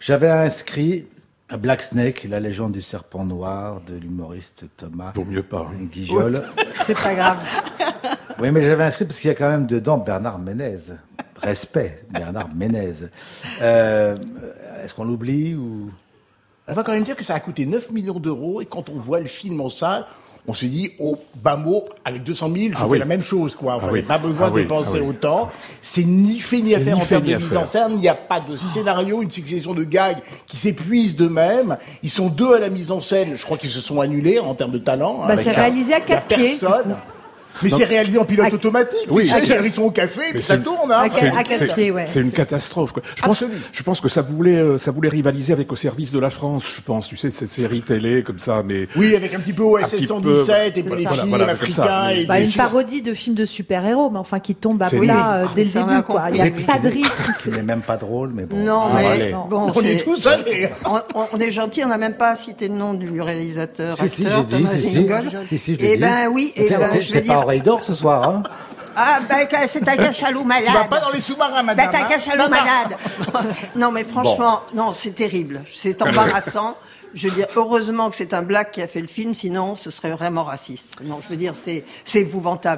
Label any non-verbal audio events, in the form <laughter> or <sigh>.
J'avais inscrit Black Snake, la légende du serpent noir de l'humoriste Thomas Pour mieux pas. hein. <laughs> Guignol. C'est pas grave. Oui, mais j'avais inscrit parce qu'il y a quand même dedans Bernard Ménez. Respect, Bernard Ménez. Euh, Est-ce qu'on l'oublie ou On va quand même dire que ça a coûté 9 millions d'euros et quand on voit le film en salle, on se dit, au bas mot, avec 200 000, je Ah fais oui. la même chose, quoi. Enfin, Ah oui. Pas besoin Ah de oui. dépenser Ah oui. autant. C'est ni fait ni à C'est faire ni en fait, termes ni de à mise faire. en scène. Il n'y a pas de scénario, une succession de gags qui s'épuisent d'eux-mêmes. Ils sont deux à la mise en scène. Je crois qu'ils se sont annulés en termes de talent. Bah, avec c'est un- réalisé à il y a quatre pieds. <laughs> personne. Mais c'est réalisé en pilote à- automatique. Oui. Oui. à- ils sont au café, puis ça c'est- tourne. hein. à- C'est à c'est- quatre pieds, ouais. c'est une catastrophe. quoi. Je pense, Absolument. je pense que ça voulait, euh, ça voulait rivaliser avec Au service de la France, je pense. Tu sais, cette série télé comme ça, mais Oui, avec un petit peu Un petit OSS peu, 117 et puis les voilà, films voilà, comme ça, africains mais- et Bah, des une choses- parodie de film de super-héros, mais enfin qui tombe à C'est plat euh, dès le C'est un début. quoi. Il n'y a incomplet. pas de rythme. qui n'est même pas drôle, mais bon. Non, Ah, mais allez. bon, On est c'est- tous allés. On, on- on est gentil, on n'a même pas cité le nom du réalisateur, Si, si, acteur, j'ai dit, Thomas si, si, Gingold. si, si, je l'ai Eh dit. ben oui, et T'es- ben, t'es- je T'es pas veux dire- oreille d'or ce soir, hein Ah, ben <laughs> que- c'est un cachalot malade. Tu vas pas dans les sous-marins, madame. Ben, c'est un hein. cachalot malade. <laughs> non, mais franchement, non, c'est terrible. C'est embarrassant. Je veux dire, heureusement que c'est un black qui a fait le film, sinon ce serait vraiment raciste. Non, je veux dire, c'est, c'est épouvantable.